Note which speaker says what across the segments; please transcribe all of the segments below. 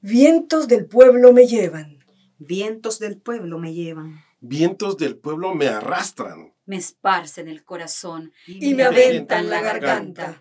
Speaker 1: Vientos del pueblo me llevan,
Speaker 2: Vientos del pueblo me llevan
Speaker 3: Vientos del pueblo me arrastran.
Speaker 4: me esparcen el corazón
Speaker 1: Y me aventan la garganta.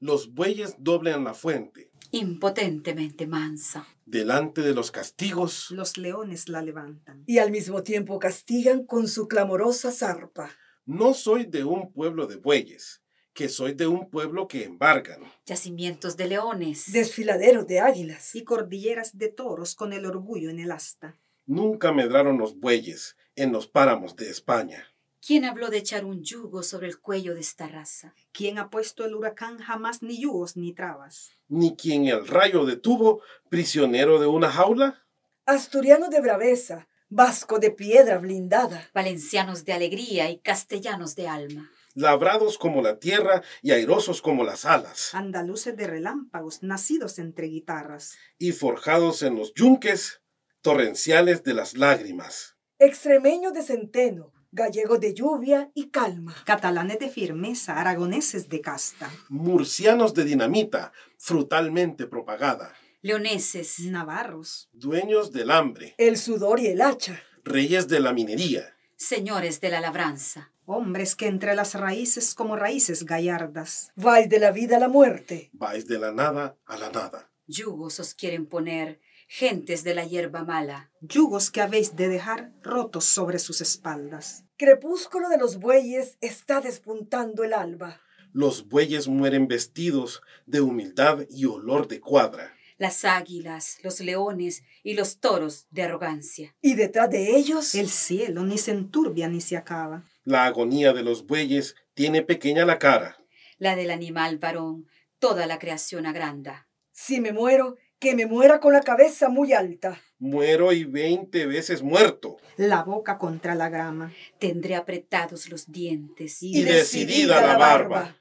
Speaker 3: Los bueyes doblan la fuente.
Speaker 4: impotentemente mansa.
Speaker 3: Delante de los castigos
Speaker 2: Los leones la levantan.
Speaker 1: y al mismo tiempo castigan con su clamorosa zarpa.
Speaker 3: no soy de un pueblo de bueyes, que soy de un pueblo que embargan.
Speaker 4: Yacimientos de leones.
Speaker 1: Desfiladeros de águilas.
Speaker 2: Y cordilleras de toros con el orgullo en el asta.
Speaker 3: Nunca medraron los bueyes en los páramos de España.
Speaker 4: ¿Quién habló de echar un yugo sobre el cuello de esta raza?
Speaker 2: Quien ha puesto el huracán jamás ni yugos ni trabas.
Speaker 3: Ni quien el rayo detuvo, prisionero de una jaula.
Speaker 1: Asturianos de braveza, vasco de piedra blindada.
Speaker 4: Valencianos de alegría y castellanos de alma.
Speaker 3: labrados como la tierra y airosos como las alas,
Speaker 2: Andaluces de relámpagos, nacidos entre guitarras.
Speaker 3: y forjados en los yunques torrenciales de las lágrimas,
Speaker 1: Extremeños de centeno, gallegos de lluvia y calma.
Speaker 2: Catalanes de firmeza, aragoneses de casta.
Speaker 3: murcianos de dinamita frutalmente propagada,
Speaker 4: Leoneses.
Speaker 2: Mm. Navarros,
Speaker 3: dueños del hambre,
Speaker 1: El sudor y el hacha.
Speaker 3: reyes de la minería,
Speaker 4: Señores de la labranza.
Speaker 2: hombres que entre las raíces como raíces gallardas.
Speaker 1: Vais de la vida a la muerte.
Speaker 3: vais de la nada a la nada,
Speaker 4: Yugos os quieren poner. Gentes de la hierba mala.
Speaker 2: Yugos que habéis de dejar rotos sobre sus espaldas.
Speaker 1: Crepúsculo de los bueyes está despuntando el alba.
Speaker 3: los bueyes mueren vestidos de humildad y olor de cuadra,
Speaker 4: Las águilas, los leones y los toros de arrogancia.
Speaker 1: Y detrás de ellos,
Speaker 2: El cielo ni se enturbia ni se acaba.
Speaker 3: la agonía de los bueyes tiene pequeña la cara,
Speaker 4: La del animal varón. Toda la creación agranda.
Speaker 1: si me muero, que me muera con la cabeza muy alta.
Speaker 3: muero y veinte veces muerto,
Speaker 2: La boca contra la grama.
Speaker 4: Tendré apretados los dientes.
Speaker 3: Y decidida la barba.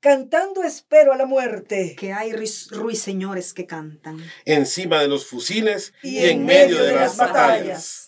Speaker 1: Cantando espero a la muerte.
Speaker 2: Que hay ruis- ruiseñores que cantan.
Speaker 3: encima de los fusiles
Speaker 1: Y
Speaker 3: y en medio de las batallas.